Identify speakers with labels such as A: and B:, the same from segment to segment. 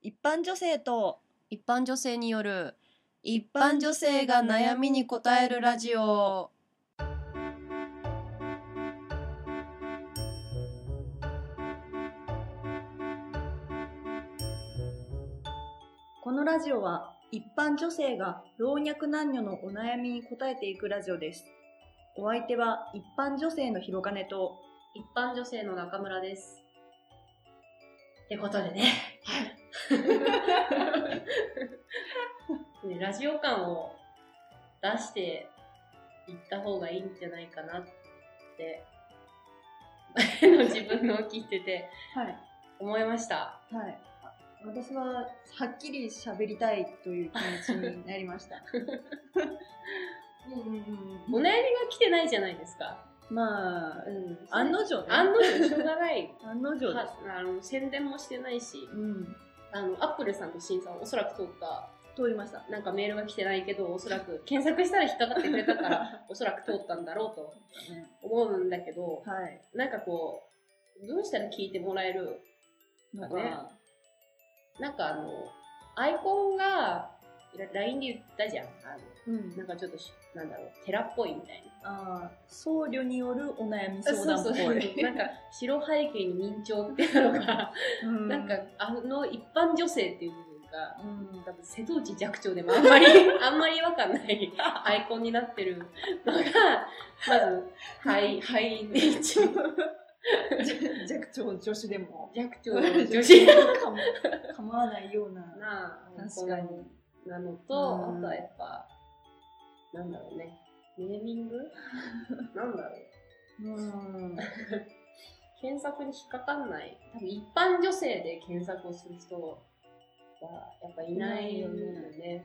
A: 一般女性と
B: 一般女性による
A: 一
B: 一般女性が悩みに答えるラジオ
A: このラジオは一般女性が老若男女のお悩みに答えていくラジオですお相手は一般女性のひろかねと
C: 一般女性の中村です。ってことでね。 ねラジオ感を出していった方がいいんじゃないかなって、 前の自分のを聞いてて
A: はい
C: 思いました。
A: はいあ私ははっきり喋りたいという気持ちになりま したうんうん
C: お悩みが来てないじゃないですか。
A: うんまあ
C: うん
A: 案の定ね
C: 案の定しょうがない。
A: 案の定です
C: はあの宣伝もしてないし、
A: うん
C: あの、アップルさんの審査をおそらく通った
A: 通りました
C: なんかメールが来てないけど、おそらく検索したら引っかかってくれた から、おそらく通ったんだろうと思うんだけど、
A: はい
C: なんかこう、どうしたら聞いてもらえる
A: まあ
C: ねなんかあの、アイコンが、ラ LINE で言ったじゃん。あ
A: う
C: の
A: ん
C: なんかちょっとし、なんだろう、寺っぽいみたいな。
A: ああ僧侶によるお悩み相談っぽい
C: なんか、白背景に明朝っていうのが、
A: うん
C: なんか、あの、一般女性っていう部分が、
A: うん
C: 多分瀬戸内寂聴でもあん まりあんまり違和感ないアイコンになってるのがまず敗敗因で一
A: 弱聴女子でも
C: 寂聴の 女子
A: かも構わないような
C: なアイコ
A: 確かに
C: ンなのと
A: うん
C: あとはやっぱなんだろうねネーミ ングなんだろう
A: うん
C: 検索に引っかかんない多分一般女性で検索をする人はやっぱいないよね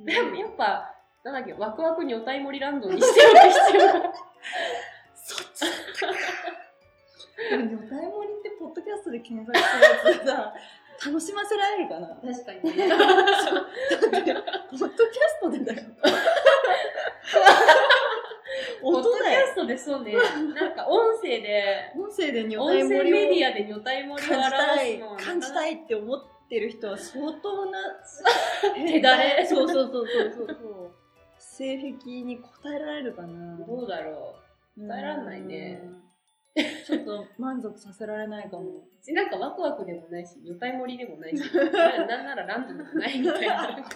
C: でもやっぱなんだっけワクワクにおたいもりランドにしておく必要が
A: そっちでも女体盛りってポッドキャストで検索するやつさ楽しませられるかなだ
C: 確 かに
A: っ
C: ね。
A: てポッドキャストでだよ
C: ポッド
A: 音
C: キ
A: だよ
C: ャストでそうね、なんか音声で、
A: 音声で女
C: 音
A: 体
C: 声
A: 盛りを
C: メディアで女体盛りを
A: 感じた
C: 表
A: い
C: すのは
A: 感じた
C: い。
A: いって思ってる人は相当な
C: 手だ れ
A: そうそうそうそうそうそう性癖に答えられるかな
C: どうだろ答えられないね。
A: うんちょっと満足させられないうかも
C: うなんかワクワクでもないし、女体盛りでもないし、ななんならランドでもないみたいな、なんか、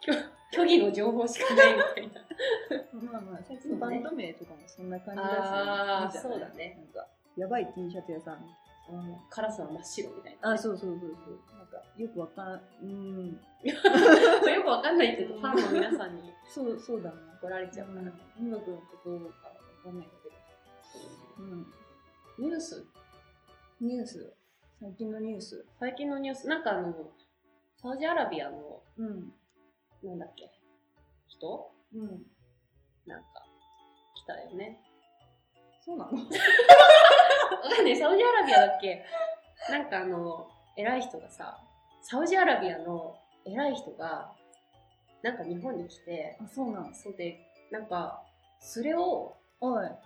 C: 虚虚偽の情報しかないみたいな。
A: まあまあ最
C: そうね
A: 近バンド名とかもそんな感じだし
C: あー
A: いいんじゃない
C: そうだね
A: なんかやばい T シャツ屋さん
C: うんカラスは真っ白みたいな。
A: あそうそうそうそうなんかよくわかんうん
C: よくわかんないけど、ファンの皆さんに
A: そうそうだな
C: 怒られ
A: じ
C: ち
A: ゃ
C: ゃ
A: あ
C: うから。
A: 音楽のことかわかんないんだけどうん
C: ニュース
A: ニュース最近のニュース
C: 最近のニュース、なんかあの、サウジアラビアの、
A: うん
C: なんだっけ、人
A: うん
C: なんか、来たよね。
A: そうなの
C: わかんない、サウジアラビアだっけなんかあの、偉い人がさ、サウジアラビアの偉い人が、なんか日本に来て、
A: あそうなん
C: そうで、なんか、それを、
A: おい
C: なん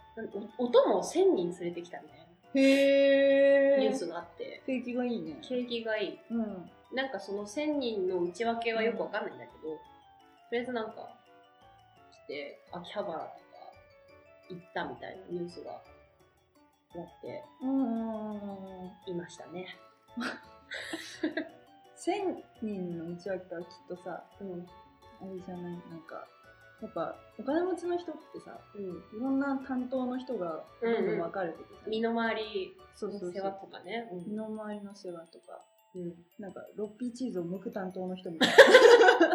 C: おお供を1000人連れてきたみたい
A: へ
C: なニ
A: ニュ
C: ュー
A: ース
C: スがあって、
A: 景気がいいね
C: 景気がいい。
A: うん
C: なんかその1000人の内訳はよくわかんないんだけど、とりあえずなんか、来て、秋葉原とか行ったみたいなニュースが、やって
A: うんうんうん
C: いましたね。
A: 1000人の内訳はきっとさ
C: うん。
A: あれじゃないなんかやっぱお金持ちの人ってさ
C: うん。
A: いろんな担当の人が
C: うんうん
A: どんどん分かれてくる
C: 身の回り
A: そ
C: の
A: うそうそ
C: 世話
A: う
C: とかね。
A: 身の回りの世話とか
C: うん。うん。
A: なんかロッピーチーズを剥く担当の人 みたい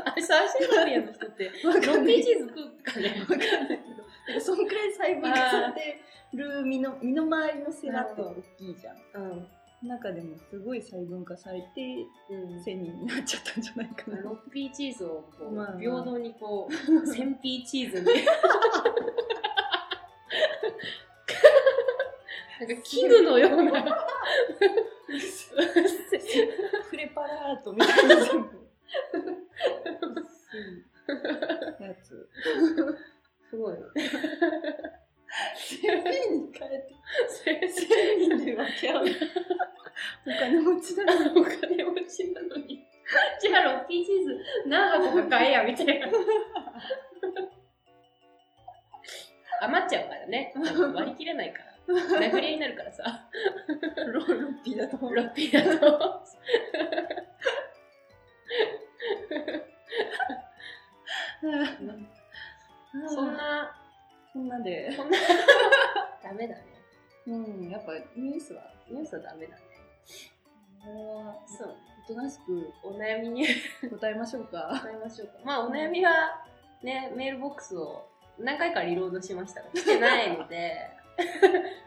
C: あれ、サーシーラビアの人って、
A: なわ
C: ロ
A: かん
C: ッ
A: な
C: ピー
A: い
C: チーズ食うかね。
A: わかんないけどそんくらい細分化されてる身の身の回りの世話って大きいじゃん
C: うん。
A: 中でもすごい細分化されて
C: うん。
A: 1000人になっちゃったんじゃないかな
C: ロッピーチーズをこ
A: まあま
C: う
A: あ
C: 平等にこ う、センピーチーズに。なんか器具のような。
A: プレパラートみた いな全部薄いやつ
C: す ごい。
A: 1000人に変えて
C: それ
A: 1000人で分け合うお金持ちだ
C: あのお金持ちなのに。じゃあ、6ピーチーズ何箱か買えや、みたいな。余っちゃうからね。割り切れないから。殴り合いになるからさ。
A: ロロッピーだと思う
C: 6ピーだと。そんな、
A: そんなで
C: そんな、ダメだね。
A: うんやっぱニュースは
C: ニュースはダメだね。そう。
A: おとなしく
C: お悩みに
A: 答えましょうか
C: 答えましょうか。まあ、お悩みは、ね、メールボックスを何回かリロードしましたが、来てないので、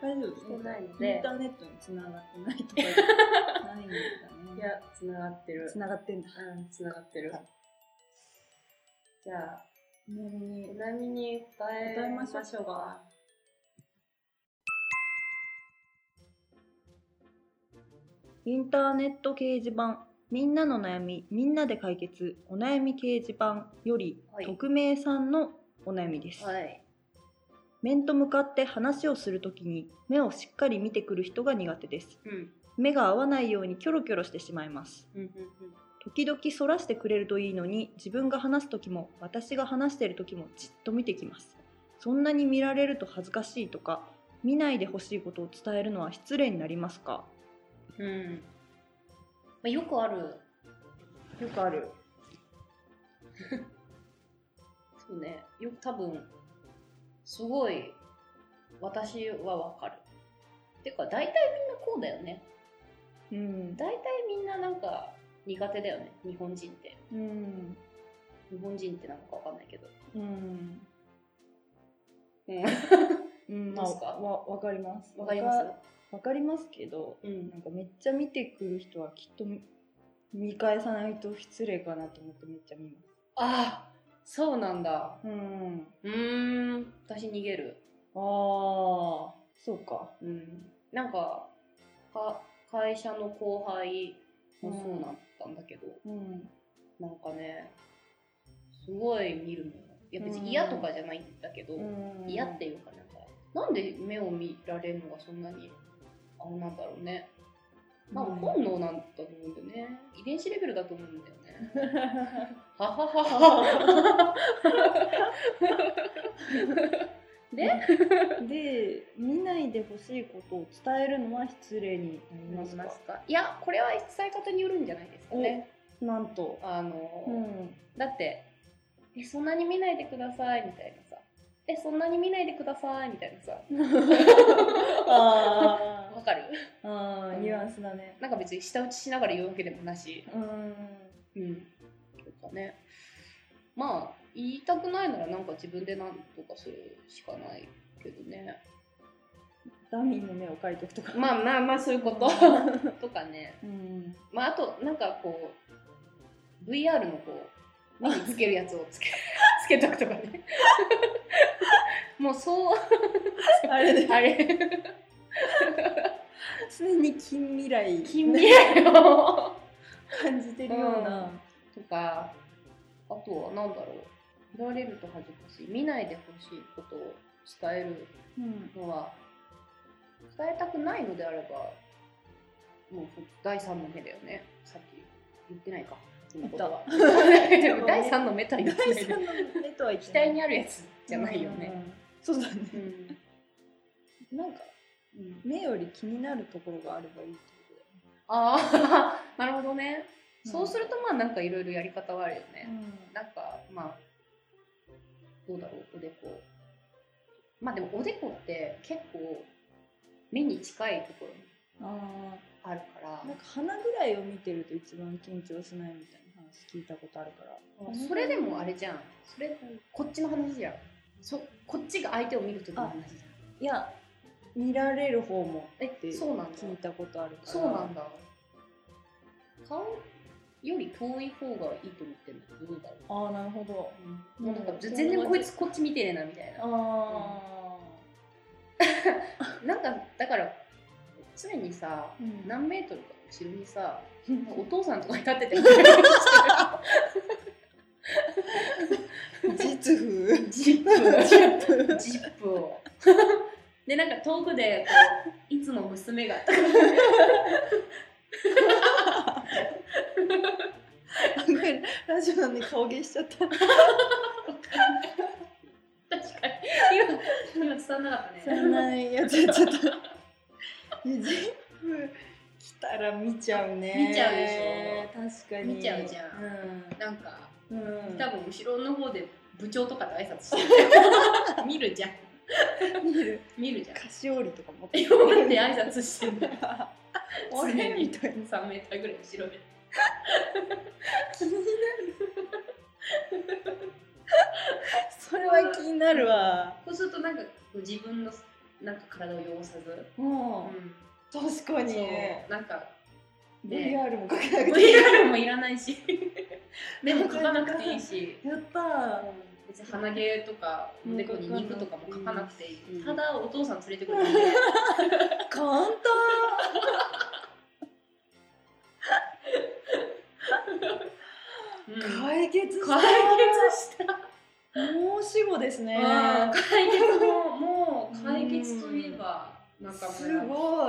A: 大丈夫です
C: してないの
A: イ
C: で
A: ンターネットに繋がってないとかないんだ
C: い
A: ね
C: や、つながってる。
A: 繋がってんだ
C: うん、つながってる。じゃあ、
A: ちなみに
C: お悩みに答え
A: 答えましょうか
C: うか。
A: インターネット掲示板みんなの悩みみんなで解決お悩み掲示板より、
C: はい
A: 匿名さんのお悩みです、
C: はい。
A: 面と向かって話をするときに目をしっかり見てくる人が苦手です
C: うん。
A: 目が合わないようにキョロキョロしてしまいます
C: うんうん
A: 時々そらしてくれるといいのに自分が話すときも私が話してるときもじっと見てきますそんなに見られると恥ずかしいとか見ないでほしいことを伝えるのは失礼になりますか
C: うん。うん。まあ、よくある。
A: よくある
C: そうね。よく多分、すごい、私はわかる。てか、大体みんなこうだよね。
A: うん
C: 大体みんななんか苦手だよね。日本人って。
A: うん
C: 日本人ってなんかわかんないけど。
A: うん
C: うん。
A: うん、
C: どうですか
A: わわかります
C: わかります
A: わかりますけど
C: うん
A: な。んかめっちゃ見てくる人はきっと見返さないと失礼かなと思ってめっちゃ見ま
C: ああ、そうなんだ。
A: すうん
C: うーん、私逃げる。
A: ああそうか
C: うん。なんか、か会社の後輩もそうだったんだけど、
A: うん
C: なんかね、すごい見るのよ。いや別に嫌とかじゃないんだけど、
A: うん
C: 嫌っていうかなんか、なんで目を見られるのがそんなに、あれなんだろうね。まあ
A: うん
C: 本能なんだと思うんだよね。遺伝子レベルだと思うんだよね。 はははは。で、
A: で見ないでほしいことを伝えるのは失礼になりま
C: なり
A: すか
C: ますかいやこれは伝え方によるんじゃないですかね
A: なんと
C: あの、
A: ん
C: だってえそんなに見ないでくださいみたいなさえそんなに見ないでくださいみたいなさ
A: あ
C: わかる
A: ー あーニュアンスだね
C: なんか別に舌打ちしながら言うわけでもなし
A: うん
C: うんとかねまあ言いたくないならなんか自分で何とかするしかないけどね
A: ダミーの目を描いとくとか
C: まあまあまあそういうこと とかね
A: うん
C: まあ、あとなんかこう VR のこう目につけるやつをつけ つけとくとかね もうそう
A: あれね
C: あれ
A: 常に近未来
C: 近未来を
A: 感じてるような、
C: うんとかあとはなんだろう見られると恥ずかしい見ないでほしいことを伝える
A: うん
C: のは伝えたくないのであればもう第三の目だよねさっき言ってないかそのことはでも第三の目とは言ってない
A: 第三の目とは
C: 期待にあるやつじゃないよね。
A: うんそうだね、
C: うん
A: なんか目より気になるところがあればいいってこ
C: ああ なるほどね、
A: うん
C: そうするとまあなんかいろいろやり方はあるよ
A: とだ
C: ね
A: よ、ね、
C: なんかまあどうだろうおでこまあでもおでこって結構目に近いところに
A: あ
C: あるから
A: あなんか鼻ぐらいを見てると一番緊張しないみたいな話聞いたことあるから
C: あそれでもあれじゃんそれこっちの話じゃんそこっちが相手を見る時の話じ
A: いや見られる方も
C: ゃん
A: で
C: えそうなんだ
A: 聞いたことあるから
C: そうなんだ顔より遠い方がいいと思ってるんだけどどうだろう
A: ああなるほどうん
C: もうなんか全然こいつこっち見てねえなみたいな
A: あ
C: なんかだから常にさ
A: あ、うん
C: 何メートルか後ろにさ
A: うん
C: お父さんとかに立ってて
A: 実風
C: ジップジップをでなんか遠くでこういつも娘がとか
B: なんで顔芸しちゃった。
C: 確かに今今伝わんなかった
B: そ
C: ね
B: んないやつやっちゃった。い や全部来たら見ちゃうね。
C: 見ちゃうで
B: しょ。確かに。
C: 見ちゃうじゃんなんか
B: うん。うん。
C: 多分後ろの方で部長とかと挨拶してる見るじゃん
B: 見る。
C: 見るじゃん
B: 菓子折りとか持って
C: 今ま で挨拶してんの
B: あれみたいな。
C: 3メーターぐらい後 ろで
B: 気になる。それは気になるわ。
C: こうするとなんかこう自分のなんか体を汚さず、う
B: も
C: ん、
B: う、確かに。
C: そうなんかね
B: VR もかけなくていい。
C: VR もいらない し目も描かなくていいし
B: やったー。
C: 別に鼻毛とかおでこに肉とかも描かなくていい、
B: うん
C: ただお父さん連れてくるんで
B: 簡単。
C: うん
B: 解決した。
C: 解決した
B: もう死後ですね。
C: うん解決ももう解決といえば中村
B: すご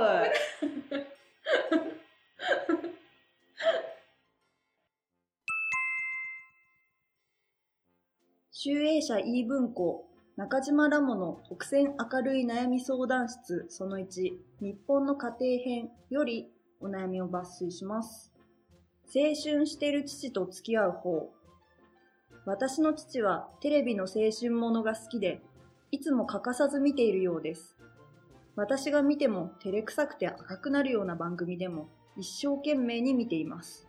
B: い。
A: 集英社 E 文庫中島ラモの特選明るい悩み相談室その1日本の家庭編よりお悩みを抜粋します青春している父と付き合う方私の父はテレビの青春ものが好きでいつも欠かさず見ているようです私が見ても照れくさくて赤くなるような番組でも一生懸命に見ています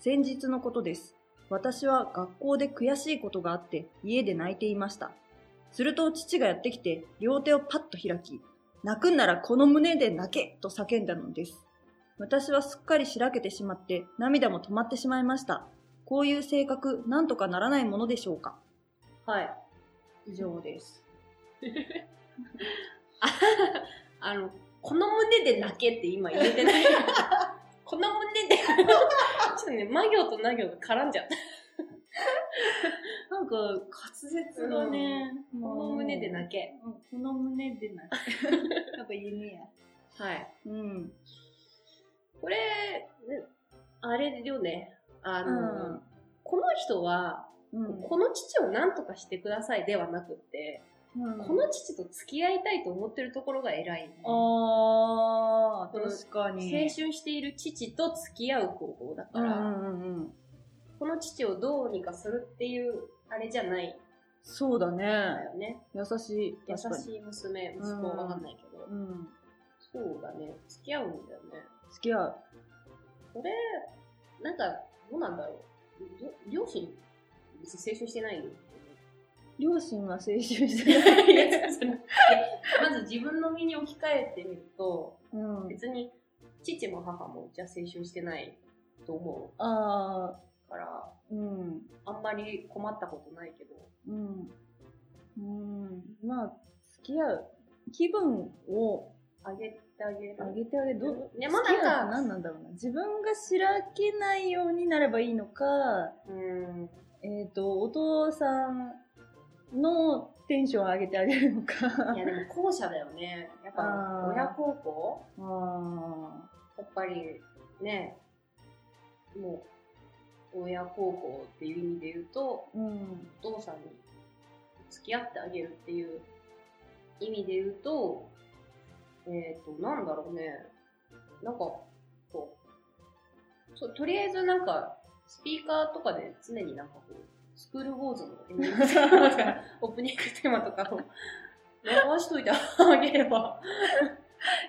A: 先日のことです私は学校で悔しいことがあって家で泣いていました。すると父がやってきて両手をパッと開き、泣くんならこの胸で泣けと叫んだのです。私はすっかりしらけてしまって涙も止まってしまいました。こういう性格なんとかならないものでしょうかはい。以上 です。
C: あの、この胸で泣けって今言えて ない。この胸で。ちょっとね、魔行とな行が絡んじゃった。
B: なんか滑舌がね、
C: この胸で泣け。
B: うん、この胸で泣 く。やっぱ言えね
C: はい。
A: うん。うん。
C: これ、ねあれよね。あの、
A: うん
C: この人は、この父を何とかしてくださいではなくって、
A: うん
C: この父と付き合いたいと思ってるところが偉い。青
A: あ
C: この
A: ー、確かに。
C: 春している父と付き合う方法だから、
A: うんうんうんうん。
C: この父をどうにかするっていう、あれじゃないん
A: そうだね
C: だ。よね。
A: 優しい。
C: 優
A: 確かに
C: しい娘、息
A: うん
C: 子わかんないけど、
A: うん。
C: そうだね、付き合うんだよね。
A: 付き合う。
C: これ、なんか、どうなんだろう。りょ両親、別に青春してないよ。
A: 両親は青春 して ない。
C: いやそのいやまず自分の身に置き換えてみると、
A: うん。
C: 別に父も母もじゃあ青春してないと思
A: ああ、
C: うから、
A: うん。
C: あんまり困ったことないけど、
A: うん。うん。まあ、付き合う。気分を
C: あげてあげる。
A: 上げてあげる。どう
C: でもなんか
A: 付き合うって何なんだろうな。自分がしらけないようになればいいのか、
C: うん。
A: えっ、と、お父さんのテンションを上げてあげるのか。
C: いやでも後者だよね。やっぱ
A: あー
C: 親孝行
A: あ
C: やっぱりね、もう、親孝行っていう意味で言うと、
A: ーうん。
C: お父さんに付き合ってあげるっていう意味で言うと、えっ、と、なんだろうね。なんか、こう、そうとりあえずなんか、スピーカーとかで常になんかこう、スクールウォーズの オープニングテーマとかを流しといてあげれば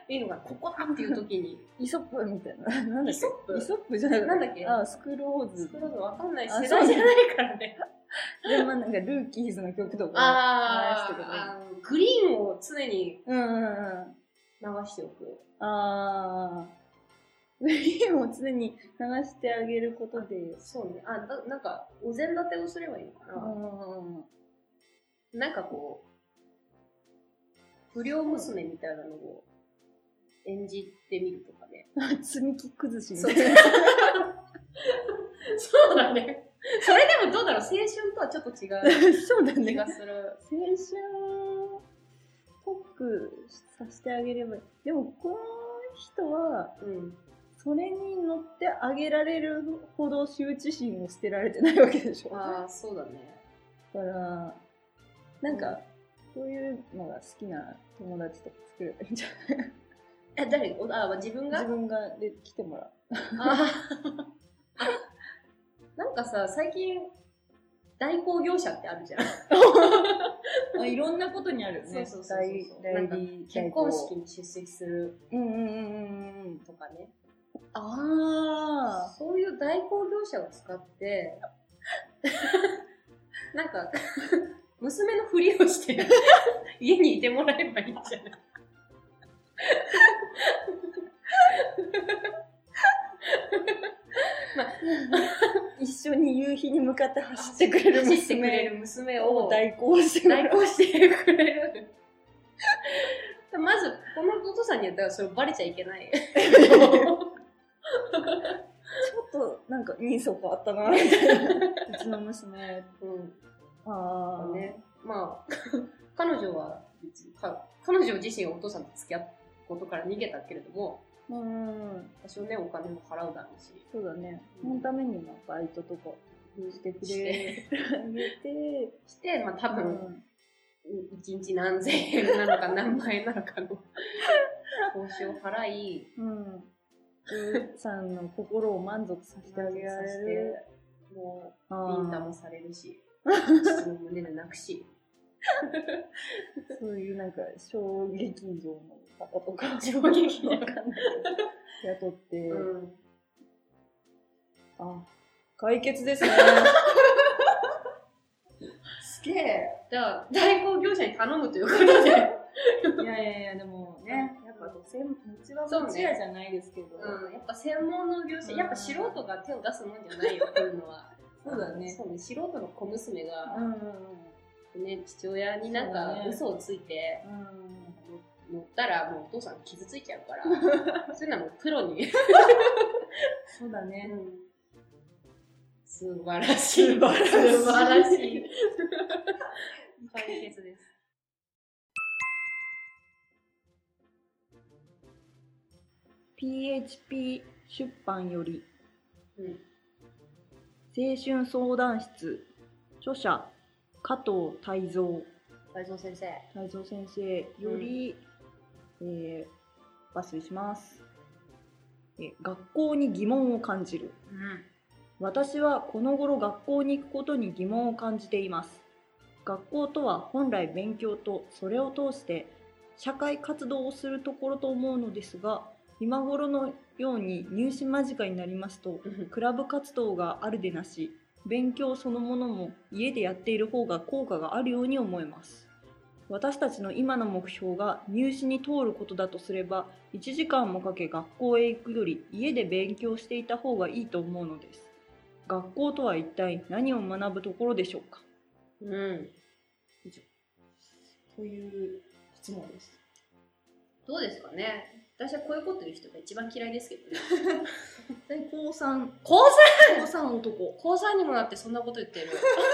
C: いいのかな。ここだっていう時に。
A: イソップみたい な。なんだっけ
C: イソップ
A: イソップじゃなくて
C: なんだっけ
A: あー、スクールウォー
C: ス
A: ズ
C: ク。ールウォーズわかんないし、
A: あ
C: 世代じゃないからね。
A: でもなんかルーキーズの曲とか。
C: あ
A: 流してくれる
C: あのグリーンを常に
A: うんうんうん。
C: 流しておく。
A: あー。グリーン を常に流してあげることで。
C: そうね。あ、だなんか、お膳立てをすればいいのか
A: う
C: な。
A: ん。
C: なんかこう、不良娘みたいなのを演じてみるとかね。
A: 積み木崩しみ
C: そ
A: た
C: う
A: いな。
C: そうだね。それでもどうだろう青春とはちょっと違 う
A: そうだ
C: 気
A: ね。
C: が
A: 青
C: する。
A: 春っぽくさせてあげればいい。でも、この人は、
C: うん。
A: それに乗っ
B: 持ってあげられるほど羞恥心を捨てられてないわけでしょ。だ
C: ああ、そうだね。
B: から、なんか、そういうのが好きな友達とか作ればいいんじゃない
C: え、誰おあ、自分が
B: 自分がで来てもらう。
C: あ なんかさ、最近、代行業者ってあ るじゃん。
B: あいろんなことにあるよね。
C: そうそうそうそう
B: 代代理
C: 結婚式。に出席する
B: 代行うんうんうんうんうん。
C: とかね。
B: ああ。
C: そういう代行業者を使って、 なんか、 娘のふりをして、 家にいてもらえばいいんじゃない
B: 一緒に夕日に向かって走ってくれる
C: 走ってく
B: 娘
C: れる娘
B: を
C: を 代
B: 代行してもらう。
C: 行してくれる。 まず、このお父さんに言ったらそれバレちゃいけ ない。
B: ちょっと、なんか、人相変わったな、みたいな。うちの娘。
C: うん
B: ああ。
C: ね、まあ、彼女は別にか、彼女自身はお父さんと付き合うことから逃げたけれども、
B: うん。
C: 多少ね、お金も払うだろうし、
B: そうだね。そのためにも、バイトとかしてく
C: し
B: れ
C: て、
B: あげて、
C: してまあ多
B: う
C: 分、
B: ん。
C: 一日何千円なのか何万円なのか の報酬を払い、
B: うん。お父さんの心を満足させてあげられる。
C: もう、
B: あ
C: ビンタ
B: ー
C: もされるし、父の胸で泣くし、
B: そういうなんか、小劇場の方とか、
C: 小劇場
B: わかんないけど雇って、
C: うん、
B: あ、解決ですね。
C: すげえ。だから、代行業者に頼むということで、
B: いやいやいや、でもね、やっぱこう、せん、餅は
C: そうね
B: 餅屋じゃないですけど、
C: うん、やっぱ専門の業者、やっぱ素人が手を出すもんじゃないよ、こういうのは。
B: そうだね
C: そうね、素人の小娘
B: う
C: が、
B: んうん
C: ね、父親になん
B: そうだ
C: か
B: ね
C: 嘘をついて、
B: うん。
C: 乗ったらもうお父さん傷ついちゃう から、そういうのはもうプロに。
B: そうだね。
C: 素晴らし
B: 素晴
C: い。
B: らしい
C: 素晴らしい。解決です。
A: PHP 出版より
C: うん。
A: 青春相談室著者加藤泰造
C: 大蔵先生。
A: 泰造先生より、えー抜粋しますえ学校に疑問を感じる
C: うん。
A: 私はこの頃学校に行くことに疑問を感じています学校とは本来勉強とそれを通して社会活動をするところと思うのですが今頃のように入試間近になりますとクラブ活動があるでなし勉強そのものも家でやっている方が効果があるように思えます私たちの今の目標が入試に通ることだとすれば1時間もかけ学校へ行くより家で勉強していた方がいいと思うのです学校とは一体何を学ぶところでしょうか
C: うん。
B: という質問です。
C: どうですかね私はこういうこと言う人が一番嫌いですけど ね。
A: 高3
C: 高
A: 高3男
C: 高3にもなってそんなこと言ってる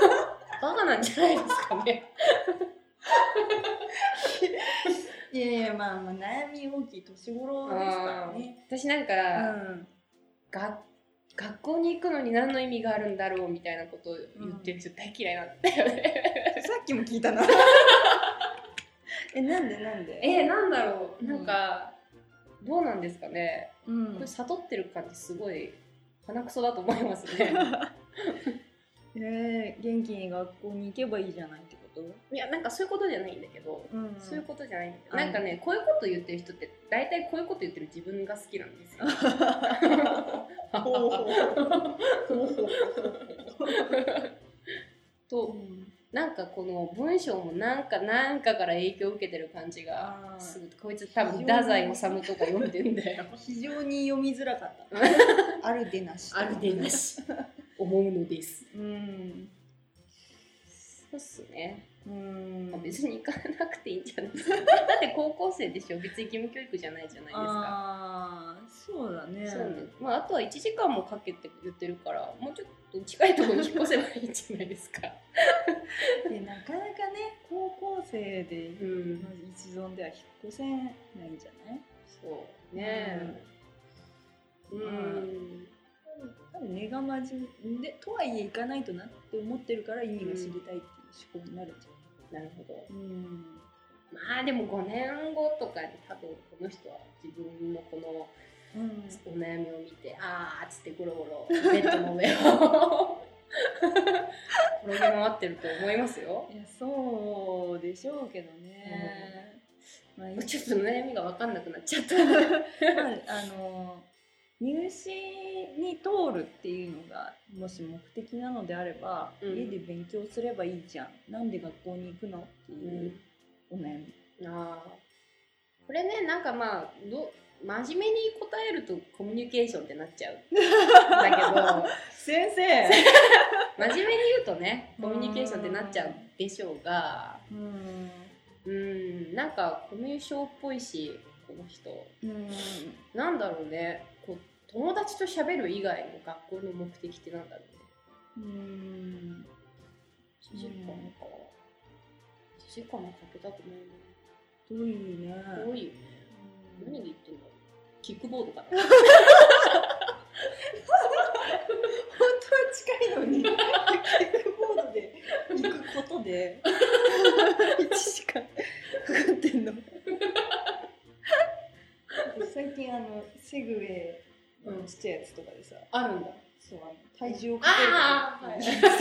C: バカなんじゃないですかね
B: いやいや、まあ、まあ、悩み大きい年頃ですからね。
C: 私なんか、が学校に行くのに何の意味があるんだろうみたいなことを言ってる人大嫌いなんだよね、
B: さっきも聞いた な。え、なんでなんで
C: えーなんだろう
B: うん
C: なんか、どうなんですかね
B: うん
C: これ悟ってる感じすごい鼻くそだと思いますね
B: えー、元気に学校に行けばいいじゃないってこと
C: いやなんかそういうことじゃないんだけど、
B: うん
C: そういうことじゃないんだけど、
B: うん
C: なんかねこういうこと言ってる人って大体こういうこと言ってる自分が好きなん ですよ
B: ほうほうほうほう
C: となんかこの文章もなんかなんかから影響を受けてる感じが
B: あー
C: するこいつ多分太宰治とか読んでんだよ
B: 非常に読みづらかった。あるでなし。
C: あるでなし思うのです
B: うん。
C: そうっすね、
B: うん
C: まあ、別に行かなくていいんじゃないです かだって高校生でしょ別に義務教育じゃないじゃないですか
B: ああ、そうだね。
C: そうねまあ、あとは1時間もかけて言ってるからもうちょっと近いところに引っ越せばいいんじゃないですか
B: でなかなかね、高校生で
C: うん
B: まず一存では引っ越せないんじゃない
C: そうねえうん、
B: が真面目でとはいえ行かないとなって思ってるから意味が知りたいっていう思考になるんじゃ
C: なるほど。
B: ん、うん、
C: まあでも5年後とかに多分この人は自分のこの
B: うん
C: お悩みを見て、あーっつってゴロゴロベッドの上を転げ回ってると思いますよ。
B: いやそうでしょうけどね、まあいい
C: ちょっと悩みが分かんなくなっちゃった。
B: まあ、あの入試に通るっていうのがもし目的なのであれば、
C: うん
B: 家で勉強すればいいじゃんなんで学校に行くのっていうお悩み、
C: ああこれねなんかまあど真面目に答えるとコミュニケーションってなっちゃうだ
B: 先生
C: けど真面目に言うとねコミュニケーションってなっちゃうでしょうが
B: うん
C: うんなんかコミュ障っぽいしこの人
B: うん
C: なんだろうねこう友達と喋る以外の学校の目的ってなんだろうね
B: うん
C: 主人公のか主人公のかけたくないね
B: どういうね
C: 多いよね何で言ってんだろうキックボードかな
B: 本当は近いのにキックボードで行くことで1時間かかってんの最近あのセグウェイのちっちゃいやつとかでさ、
C: あるんだ
B: そうあの体重をか
C: ああ、
B: ける
C: はい
B: とか、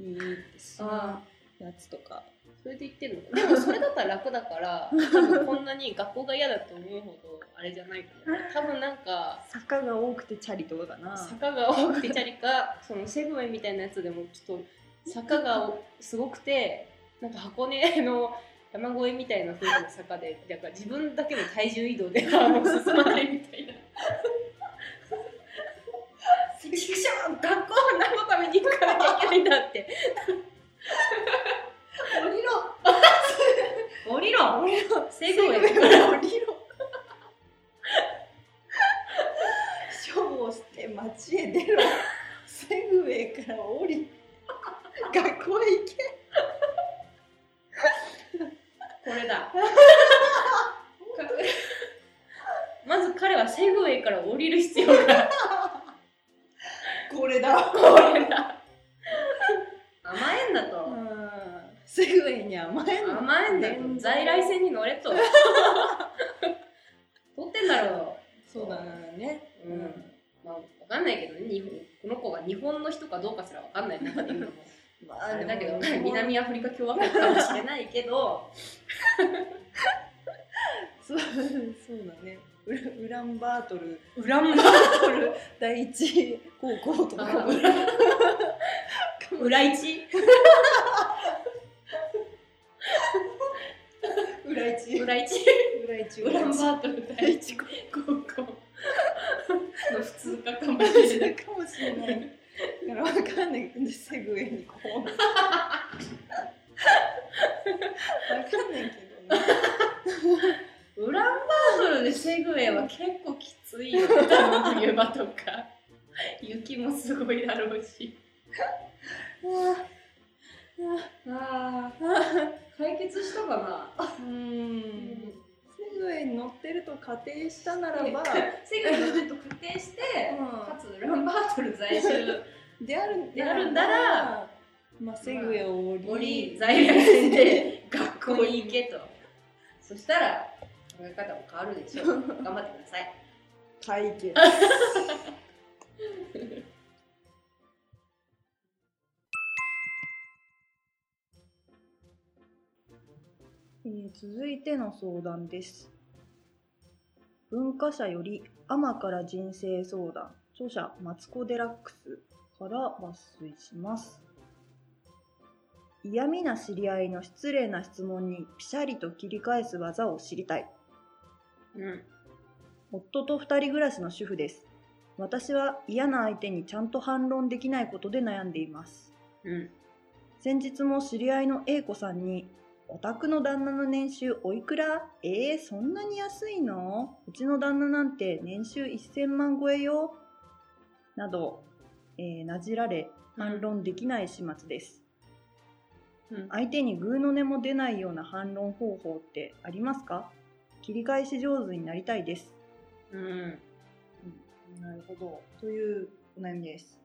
B: い、いってし
C: あ
B: やつとか
C: それで言ってるのでもそれだったら楽だから多分こんなに学校が嫌だと思うほどあれじゃないかな多分なんか
B: 坂が多くてチャリとかかな
C: 坂が多くてチャリかそのセグウェイみたいなやつでもちょっと坂がすごくてなんか箱根の山越えみたいな風の坂でだから自分だけの体重移動ではもう進まないみたいな。ちくしょう学校は何のために行かなきゃいけないんだって
B: 降りろ
C: 降りろ
B: 降りろ
C: セグウェイ
B: セ降りろ処方して街へ出ろセグウェイから降り学校へ行け
C: これだまず彼はセグウェイから降りる必要がある
B: これだ
C: これだ甘えんだ
B: う
C: と、
B: んセグウェイに甘えんの
C: 甘えんだと在来線に乗 れと取ってんだろ
B: そうだね
C: う、うんまあ、分かんないけどね日本この子が日本の人かどうかすら分かんない中で今も
B: ま
C: あれだけど
B: でも
C: 南アフリカ共和国かもしれないけど
B: そうそうだねウラウランバートル
C: ウラン
B: ウランバートル第一高校とかかも
C: 裏一
B: 裏一
C: 裏一
B: 裏一
C: ウランバートル第一高校 の普通科かもしれない。
B: かもしれないだからわかんないけどセグウェイにこうわかんないけどね
C: ウランバートルでセグウェイは結構きついよ。冬場とか。雪もすごいだろうし。ああ、解決したかな。
B: うんセグウェイに乗ってると仮定したならば、
C: セグウェイのルート確定して、かつウランバートル在住、
B: である
C: であるんなら
B: まあ、セグウェイを降
C: 森
B: り
C: 在来線で学校に行けと。そしたら考え方も変わるでしょう。頑張ってください。
B: 解決
A: えー続いての相談です文化社より「アマから人生相談」著者マツコ・デラックスから抜粋します嫌味な知り合いの失礼な質問にピシャリと切り返す技を知りたい
C: うん。
A: 夫と二人暮らしの主婦です私は嫌な相手にちゃんと反論できないことで悩んでいます
C: うん。
A: 先日も知り合いの A 子さんに「お宅の旦那の年収おいくらえー、そんなに安いのうちの旦那なんて年収1000万超えよ」など、えーなじられ反論できない始末です、
C: うん
A: 相手にグーの音も出ないような反論方法ってありますか切り返し上手になりたいです
C: うん。なるほど。
B: というお悩みです。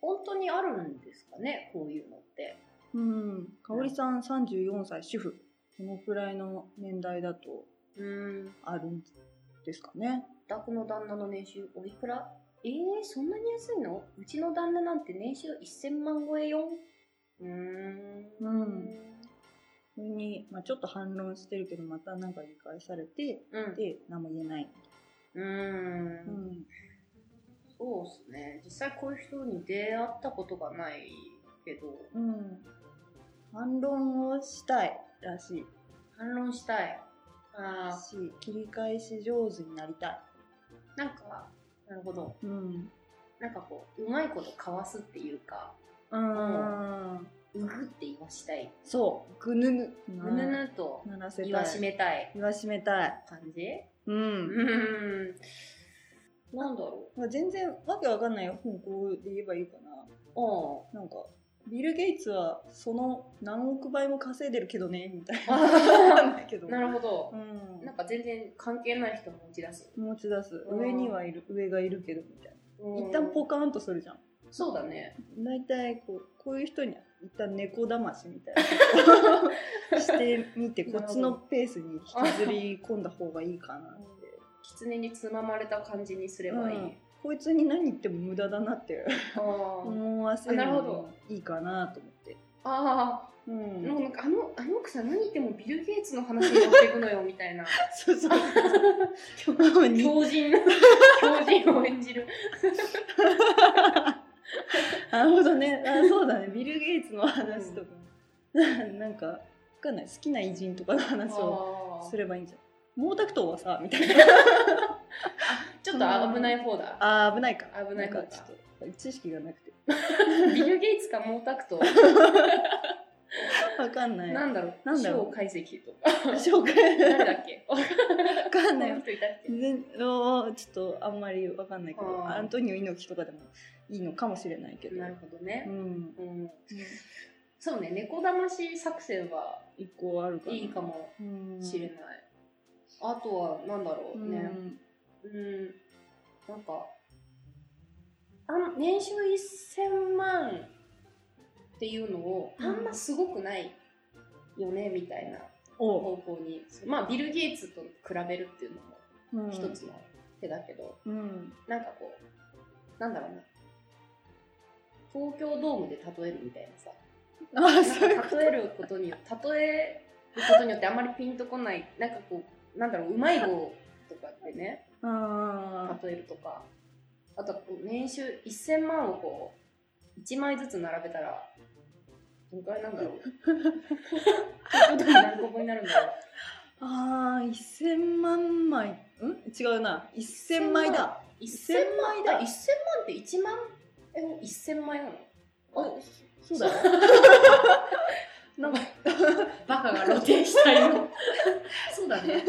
C: 本当にあるんですかね、こういうのって。
A: うん、かおりさん34歳主婦このくらいの年代だと
C: うん。
A: あるんですかね
C: 宅の旦那の年収おいくらえー、そんなに安いのうちの旦那なんて年収1000万超えよ。うーん。
A: うんそれに、まあ、ちょっと反論してるけどまたなんか理解されて
C: うん。
A: で何も言えない、
C: うん。
A: うん、
C: そうですね。実際こういう人に出会ったことがないけど、
A: うん、反論をしたいらしい
C: 反論したい。ああ、
A: し切り返し上手になりたい、
C: なんか、なるほど。
A: うん、
C: なんかこう、うまいことかわすっていうか、
A: うん
C: うぐって言わしたい。
A: そうぐぬぬ
C: うぬぬと
A: ならせたい
C: 言わしめたい
A: 言わしめたい
C: 感じ
A: うん
C: うん。なんだろ
A: まあ、全然わけわかんない方向で言えばいいかな
C: う。ああ。
A: なんかビル・ゲイツはその何億倍も稼いでるけどねみたい な
C: あ
A: わ
C: ー
A: かんないけど
C: なるほど
A: う。ん
C: なんか全然関係ない人も打ち出す。
A: 持ち出す
C: うん
A: 上にはいる上がいるけどみたいな一旦ポ
C: ぽ
A: カーンとするじゃん
C: そうだね。
A: 大体こうこういう人には一旦猫だましみたいなことを してみて
C: な
A: こ
C: るほど
A: っちのペースに引きずり込んだ方がいいかな
C: 狐につままれた感じにすればいい。
A: うんこいつに何言っても無駄だなって
C: あー
A: 思わせる
C: あなる
A: の
C: ほど
A: もいいかなと思って。
C: あ
A: う
C: ー。
A: ん
C: もうなんかあの、あの奥さん何言ってもビル・ゲイツの話に持っていくのよ、みた いな。
A: そうそうそう。今日に
C: 狂 人、狂人を演じる。
A: なるほどね。あそうだね。ビル・ゲイツの話とか。 なんか、わかんない。好きな偉人とかの話を
C: あー
A: すればいいんじゃん。毛沢東はさ、みたいな。
C: ちょっと危ない方だ。
A: あー、危ないか。
C: 危ないか
A: んかちょっと、知識がなくて。
C: ビル・ゲイツか毛沢東。
A: わかんない。
C: なんだろ
A: な
C: う。
A: んだろう
C: 小解 析とか。
A: 紹介。
C: 誰だっけわ
A: わかんな
C: ない
A: い。
C: 人いたっけ
A: 全おーちょっとあんまりわかんないけど、
C: あー
A: アントニオ猪木とかでもいいのかもしれないけど。
C: なるほどね
A: う。ん。
C: うん。そうね、猫だまし作戦は
A: 一個あるかな。
C: いいかも
A: うん。
C: しれない。あとは、なんだろ
A: う
C: うんね。うん。なんか、あの年収1000万っていうのを、
A: うん
C: あんますごくないよね、みたいな
A: おう
C: 方向に。まあ、ビル・ゲイツと比べるっていうのも
A: うん
C: 一つの手だけど、
A: うん
C: なんかこう、なんだろうな。東京ドームで例えるみたいなさ。
A: ああそういう
C: なん か例えることによ例えることによってあんまりピンとこないなんかこうなんだろううまい棒とかってね
A: あ
C: 例えるとかあとこう年収1000万をこう1枚ずつ並べたらどのくらいなんだろうどのくらい何個分になるんだろう
A: あー1000万枚ん違うな1000枚だ
C: 1000枚だ1000万って1万え1000枚なの
A: あそうだよ
C: なんかバカが露呈したよ そうだね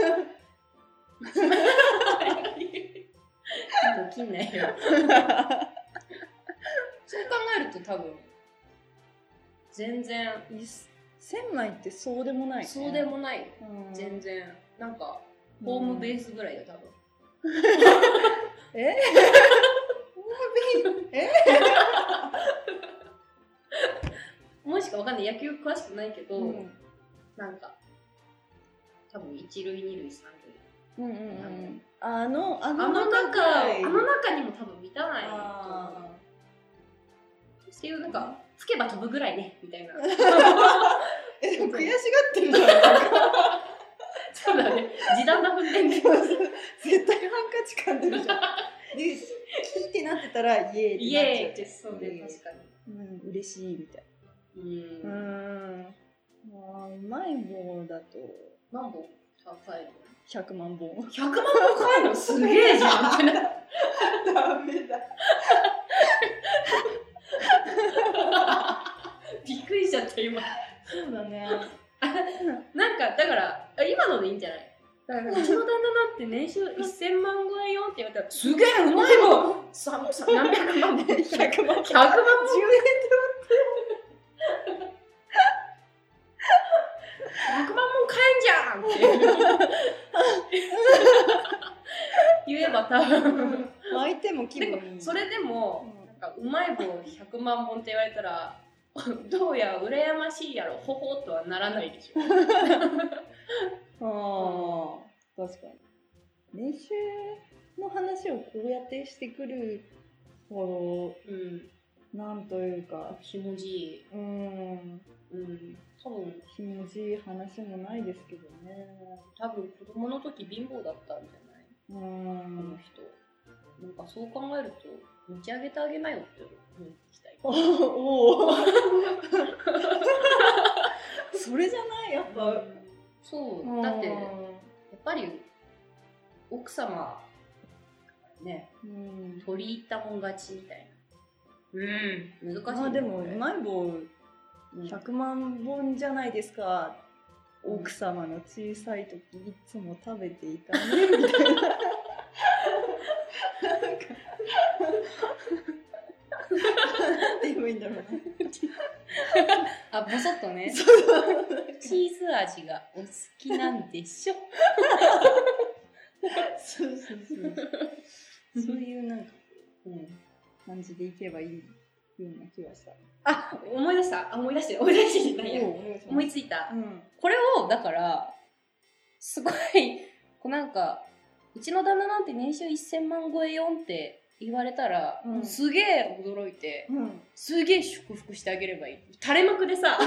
C: 起きないよ。そう考えると多分、全然、
A: 1000枚ってそうでもない、ね、
C: そうでもない。
A: うん
C: 全然。なんか、ホームベースぐらい だよ、
A: うんえ
C: 多分。 もしかわかんない。野球詳しくないけど、
A: うん
C: なんか、多分一塁、二塁、三塁。
A: うんうんうんあのあ
C: あ
A: の
C: の中、あ
A: ぐらい
C: の中にも多分満たないと思う
A: あ。
C: っていう、なんか、つけば飛ぶぐらいね、みたいな。
A: ーえでも悔しがってるじゃんなんか
C: そうだね。時短な運転で。
A: 絶対ハンカチ噛んでるじゃんで聞いてなってたらイエーイっ
C: イ
A: てなっちゃう
C: エーイってそうね、確か
A: うん、嬉しいみたい
C: に。
A: な。
C: うん。
A: ん。まあ、うまい棒だと
C: 何本高いの
A: 100万本。
C: ?100 万本買えるのすげえじゃんみたいな。
B: ダメだ。
C: びっくりしちゃった、今。
A: そうだ ね。
C: なんか、だから、あ今のでいいんじゃないだからうちの旦那なんて年収1000万超えよって言われたら、すげえうまいもんささ何百万で100
A: 100万本。10
C: 万100万も買えんじゃんって 言えば多分
A: 円。相手も気
C: でも
A: 分いい
C: それでもなんかうまい棒100万本って言われたらどうや羨ましいやろほほとはならないでしょ
A: ああ確かに年収の話をこうやってしてくるこ
C: うん
A: うなんというか
C: ひもじい、
A: うん
C: うん、多分
A: 気持ちいい話もないですけどね
C: 多分子供の時貧乏だったんじゃない
A: うん
C: この人なんかそう考えると持ち上げてあげなよって思いきたい
A: おおおそれじゃないやっぱ、
C: そうだって
A: う
C: やっぱり奥様ね
A: ん
C: 取り入ったもん勝ちみたいなうん難しい
A: まあでも
C: これ
A: うまい棒
C: うん
A: 100万本じゃないですか、
C: うん
A: 奥様の小さい時いつも食べていたねみたいななんかなんて言えばいいんだろうな
C: あボソッとねチーズ味がお好きなんでしょ
A: そうそうそうそういうなんか
C: うん
A: 感じでいけばいいような気がした
C: あ思い出したあ思い出して思い出してじゃないや
A: おうお願いします
C: 思いついた
A: うん
C: これをだからすごいこうなんかうちの旦那なんて年収1000万超えよんって言われたら、
A: うん
C: すげえ驚いて
A: うん
C: すげえ祝福してあげればいい垂れ幕 でさ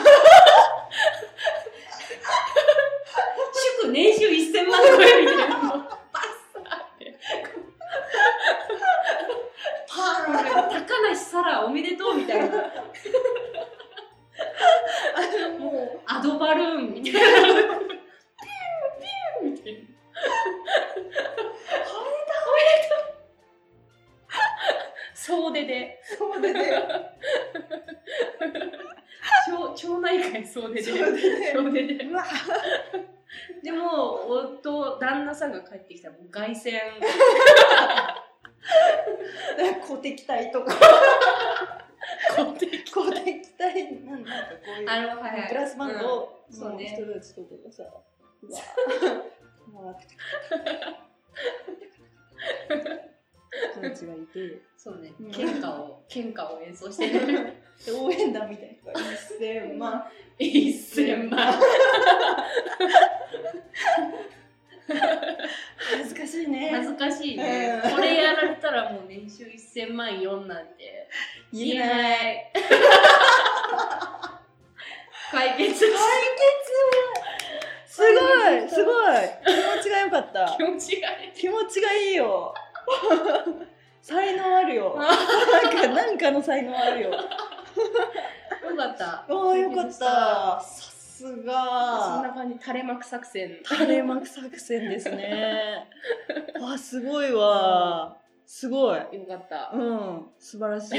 C: 祝年収1000万超えみたいなのをバッサーって
A: パーン
C: 高梨沙羅おめでとうみたいなもうアドバルーンみたいなピューピューみたいなおめでとうお
A: そ
C: めでとう総出で
A: う でね
C: 町町内会総出で
A: そうでね
C: 総出で
A: うわ
C: でも夫旦那さんが帰ってきたらもう凱旋
A: 小敵隊とか
C: こうで
A: こうで期待なんなんかこういう
C: あのはいはい
A: ブラスバンドを、
C: うんそうね
A: 人たちとかがさ うわー回って気持ちがい て
C: そうね
A: うん
C: 喧嘩を喧嘩を演奏して る
A: で応援団みたいなのが一斉まあ
C: 1000万
A: 恥ずかしいね
C: 恥ずかしいね、
A: うん
C: これやられたらもう年収1000万4なんて
A: 言えない
C: い 解決し
A: 解決すごいすごい気持ちが良かった
C: 気持ちがいい
A: 気持ちがいいよ才能あるよなんかなんかの才能あるよ
C: よかっ
A: あ
C: た
A: あよかった。さす
C: そん
A: が。
C: な感じ垂れ幕作戦
A: 垂れ幕作戦ですね。あすごいわ。すごい。
C: よかった
A: うん素晴らしい。